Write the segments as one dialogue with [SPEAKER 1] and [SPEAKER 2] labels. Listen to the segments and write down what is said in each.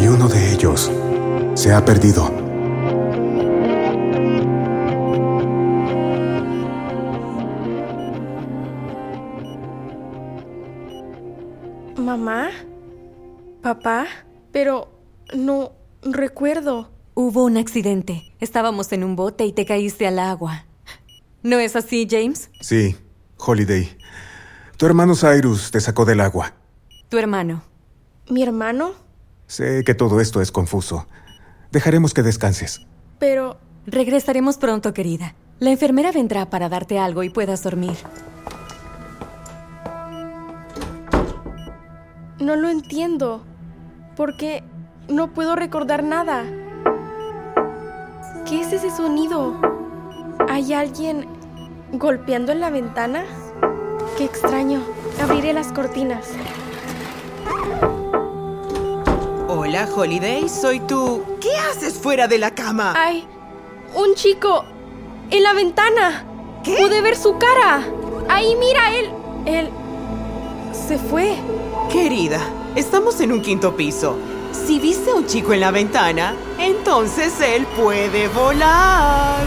[SPEAKER 1] Y uno de ellos se ha perdido.
[SPEAKER 2] ¿Mamá? ¿Papá? Pero no recuerdo.
[SPEAKER 3] Hubo un accidente. Estábamos en un bote y te caíste al agua. ¿No es así, James?
[SPEAKER 1] Sí, Holiday. Tu hermano Cyrus te sacó del agua.
[SPEAKER 3] Tu hermano.
[SPEAKER 2] ¿Mi hermano?
[SPEAKER 1] Sé que todo esto es confuso. Dejaremos que descanses.
[SPEAKER 2] Pero...
[SPEAKER 3] Regresaremos pronto, querida. La enfermera vendrá para darte algo y puedas dormir.
[SPEAKER 2] No lo entiendo. Porque no puedo recordar nada. ¿Qué es ese sonido? ¿Hay alguien golpeando en la ventana? Qué extraño. Abriré las cortinas.
[SPEAKER 4] Hola, Holiday, soy tú. ¿Qué haces fuera de la
[SPEAKER 5] Ah.
[SPEAKER 4] cama?
[SPEAKER 2] ¡Ay! ¡Un chico! ¡En la ventana!
[SPEAKER 4] ¿Qué?
[SPEAKER 2] ¡Pude ver su cara! ¡Ahí, mira! Él... Él... Se fue.
[SPEAKER 4] Querida, estamos en un quinto piso. Si viste a un chico en la ventana, entonces él puede volar.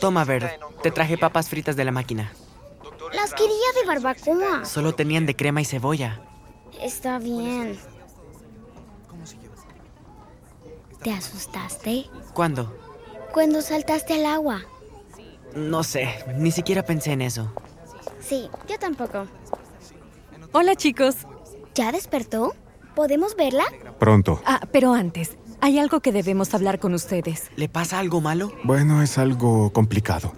[SPEAKER 5] Toma, Verde. Te traje papas fritas de la máquina.
[SPEAKER 6] Las quería de barbacoa.
[SPEAKER 5] Solo tenían de crema y cebolla.
[SPEAKER 6] Está bien. ¿Te asustaste?
[SPEAKER 5] ¿Cuándo?
[SPEAKER 6] Cuando saltaste al agua.
[SPEAKER 5] No sé, ni siquiera pensé en eso.
[SPEAKER 6] Sí, yo tampoco.
[SPEAKER 3] Hola, chicos.
[SPEAKER 6] ¿Ya despertó? ¿Podemos verla?
[SPEAKER 1] Pronto.
[SPEAKER 3] Ah, pero antes, hay algo que debemos hablar con ustedes.
[SPEAKER 5] ¿Le pasa algo malo?
[SPEAKER 1] Bueno, es algo complicado.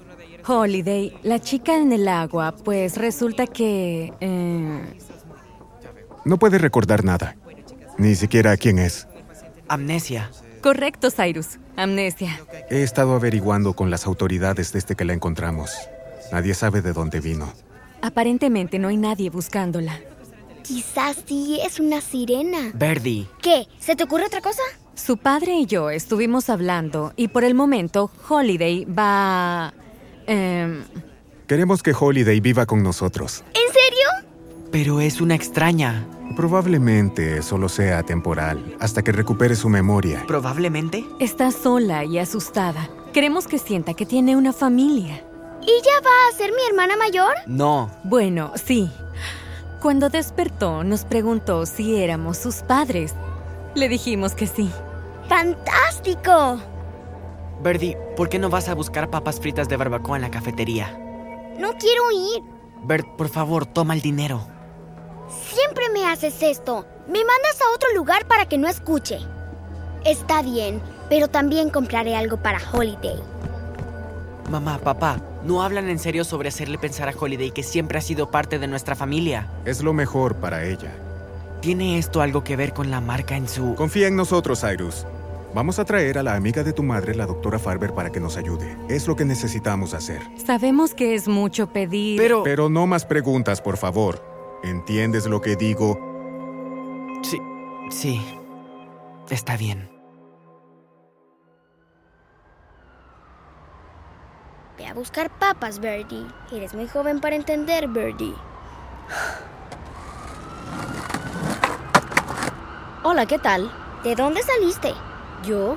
[SPEAKER 3] Holiday, la chica en el agua, pues resulta que... eh,
[SPEAKER 1] No puede recordar nada. Ni siquiera quién es.
[SPEAKER 5] Amnesia.
[SPEAKER 3] Correcto, Cyrus. Amnesia.
[SPEAKER 1] He estado averiguando con las autoridades desde que la encontramos. Nadie sabe de dónde vino.
[SPEAKER 3] Aparentemente no hay nadie buscándola.
[SPEAKER 6] Quizás sí es una sirena.
[SPEAKER 5] Verdi.
[SPEAKER 6] ¿Qué? ¿Se te ocurre otra cosa?
[SPEAKER 3] Su padre y yo estuvimos hablando y por el momento Holiday va... a- em,
[SPEAKER 1] Queremos que Holiday viva con nosotros.
[SPEAKER 6] ¿En serio?
[SPEAKER 5] Pero es una extraña.
[SPEAKER 1] Probablemente solo sea temporal, hasta que recupere su memoria.
[SPEAKER 5] Probablemente.
[SPEAKER 3] está sola y asustada. Queremos que sienta que tiene una familia.
[SPEAKER 6] ¿Y ya va a ser mi hermana mayor?
[SPEAKER 5] No.
[SPEAKER 3] Bueno, sí. Cuando despertó nos preguntó si éramos sus padres. Le dijimos que sí.
[SPEAKER 6] ¡Fantástico!
[SPEAKER 5] Verdi, ¿por qué no vas a buscar papas fritas de barbacoa en la cafetería?
[SPEAKER 6] No quiero ir.
[SPEAKER 5] Bert, por favor, toma el dinero.
[SPEAKER 6] Siempre me haces esto. Me mandas a otro lugar para que no escuche. Está bien, pero también compraré algo para Holiday.
[SPEAKER 5] Mamá, papá, no hablan en serio sobre hacerle pensar a Holiday que siempre ha sido parte de nuestra familia.
[SPEAKER 1] Es lo mejor para ella.
[SPEAKER 5] ¿Tiene esto algo que ver con la marca en su...
[SPEAKER 1] Confía en nosotros, Cyrus. Vamos a traer a la amiga de tu madre, la doctora Farber, para que nos ayude. Es lo que necesitamos hacer.
[SPEAKER 3] Sabemos que es mucho pedir.
[SPEAKER 5] Pero...
[SPEAKER 1] Pero no más preguntas, por favor. ¿Entiendes lo que digo?
[SPEAKER 5] Sí, sí. Está bien.
[SPEAKER 6] Ve a buscar papas, Birdie. Eres muy joven para entender, Birdie.
[SPEAKER 7] Hola, ¿qué tal?
[SPEAKER 6] ¿De dónde saliste?
[SPEAKER 7] Yo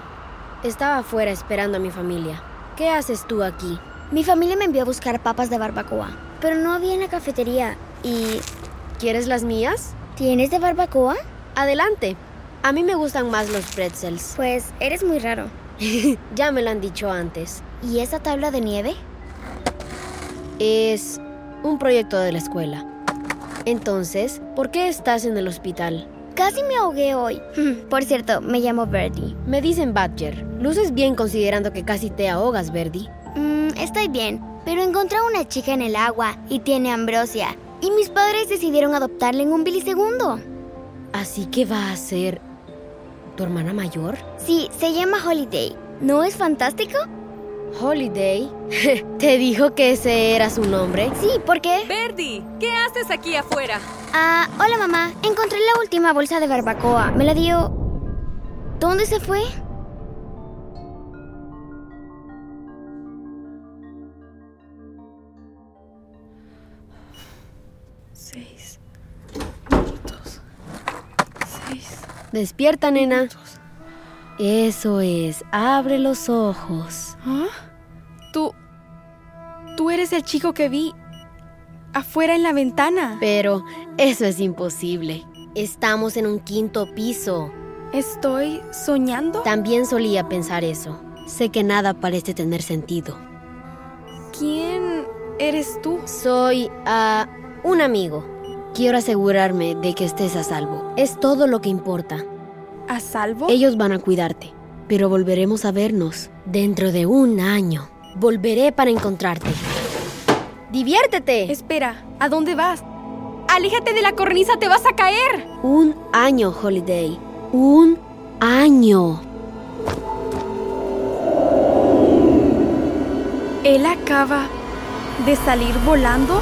[SPEAKER 7] estaba afuera esperando a mi familia. ¿Qué haces tú aquí?
[SPEAKER 6] Mi familia me envió a buscar papas de barbacoa, pero no había en la cafetería. ¿Y
[SPEAKER 7] ¿Quieres las mías?
[SPEAKER 6] tienes de barbacoa?
[SPEAKER 7] Adelante. A mí me gustan más los pretzels.
[SPEAKER 6] Pues eres muy raro.
[SPEAKER 7] Ya me lo han dicho antes.
[SPEAKER 6] ¿Y esa tabla de nieve?
[SPEAKER 7] Es un proyecto de la escuela. Entonces, ¿por qué estás en el hospital?
[SPEAKER 6] Casi me ahogué hoy. Por cierto, me llamo Birdie.
[SPEAKER 7] Me dicen Badger. Luces bien considerando que casi te ahogas, Verdi.
[SPEAKER 6] Mm, estoy bien, pero encontré a una chica en el agua y tiene ambrosia. Y mis padres decidieron adoptarla en un bilisegundo.
[SPEAKER 7] Así que va a ser tu hermana mayor.
[SPEAKER 6] Sí, se llama Holiday. ¿No es fantástico?
[SPEAKER 7] Holiday. ¿Te dijo que ese era su nombre?
[SPEAKER 6] Sí, ¿por qué?
[SPEAKER 3] Verdi, ¿qué haces aquí afuera?
[SPEAKER 6] Ah, hola mamá. Encontré la última bolsa de barbacoa. Me la dio... ¿Dónde se fue?
[SPEAKER 2] Seis.
[SPEAKER 7] Despierta, nena. Eso es, abre los ojos.
[SPEAKER 2] ¿Ah? Tú. Tú eres el chico que vi. afuera en la ventana.
[SPEAKER 7] Pero eso es imposible. Estamos en un quinto piso.
[SPEAKER 2] ¿Estoy soñando?
[SPEAKER 7] También solía pensar eso. Sé que nada parece tener sentido.
[SPEAKER 2] ¿Quién eres tú?
[SPEAKER 7] Soy ah, un amigo. Quiero asegurarme de que estés a salvo. Es todo lo que importa.
[SPEAKER 2] ¿A salvo?
[SPEAKER 7] Ellos van a cuidarte, pero volveremos a vernos dentro de un año. Volveré para encontrarte. ¡Diviértete!
[SPEAKER 2] Espera, ¿a dónde vas? ¡Aléjate de la cornisa, te vas a caer!
[SPEAKER 7] Un año, Holiday. Un año.
[SPEAKER 2] Él acaba de salir volando.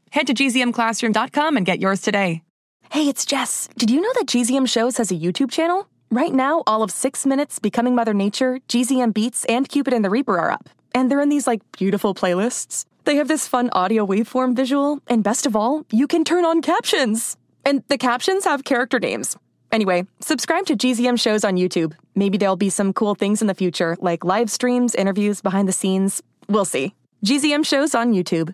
[SPEAKER 8] Head to gzmclassroom.com and get yours today. Hey, it's Jess. Did you know that GZM Shows has a YouTube channel? Right now, all of Six Minutes, Becoming Mother Nature, GZM Beats, and Cupid and the Reaper are up. And they're in these, like, beautiful playlists. They have this fun audio waveform visual, and best of all, you can turn on captions. And the captions have character names. Anyway, subscribe to GZM Shows on YouTube. Maybe there'll be some cool things in the future, like live streams, interviews, behind the scenes. We'll see. GZM Shows on YouTube.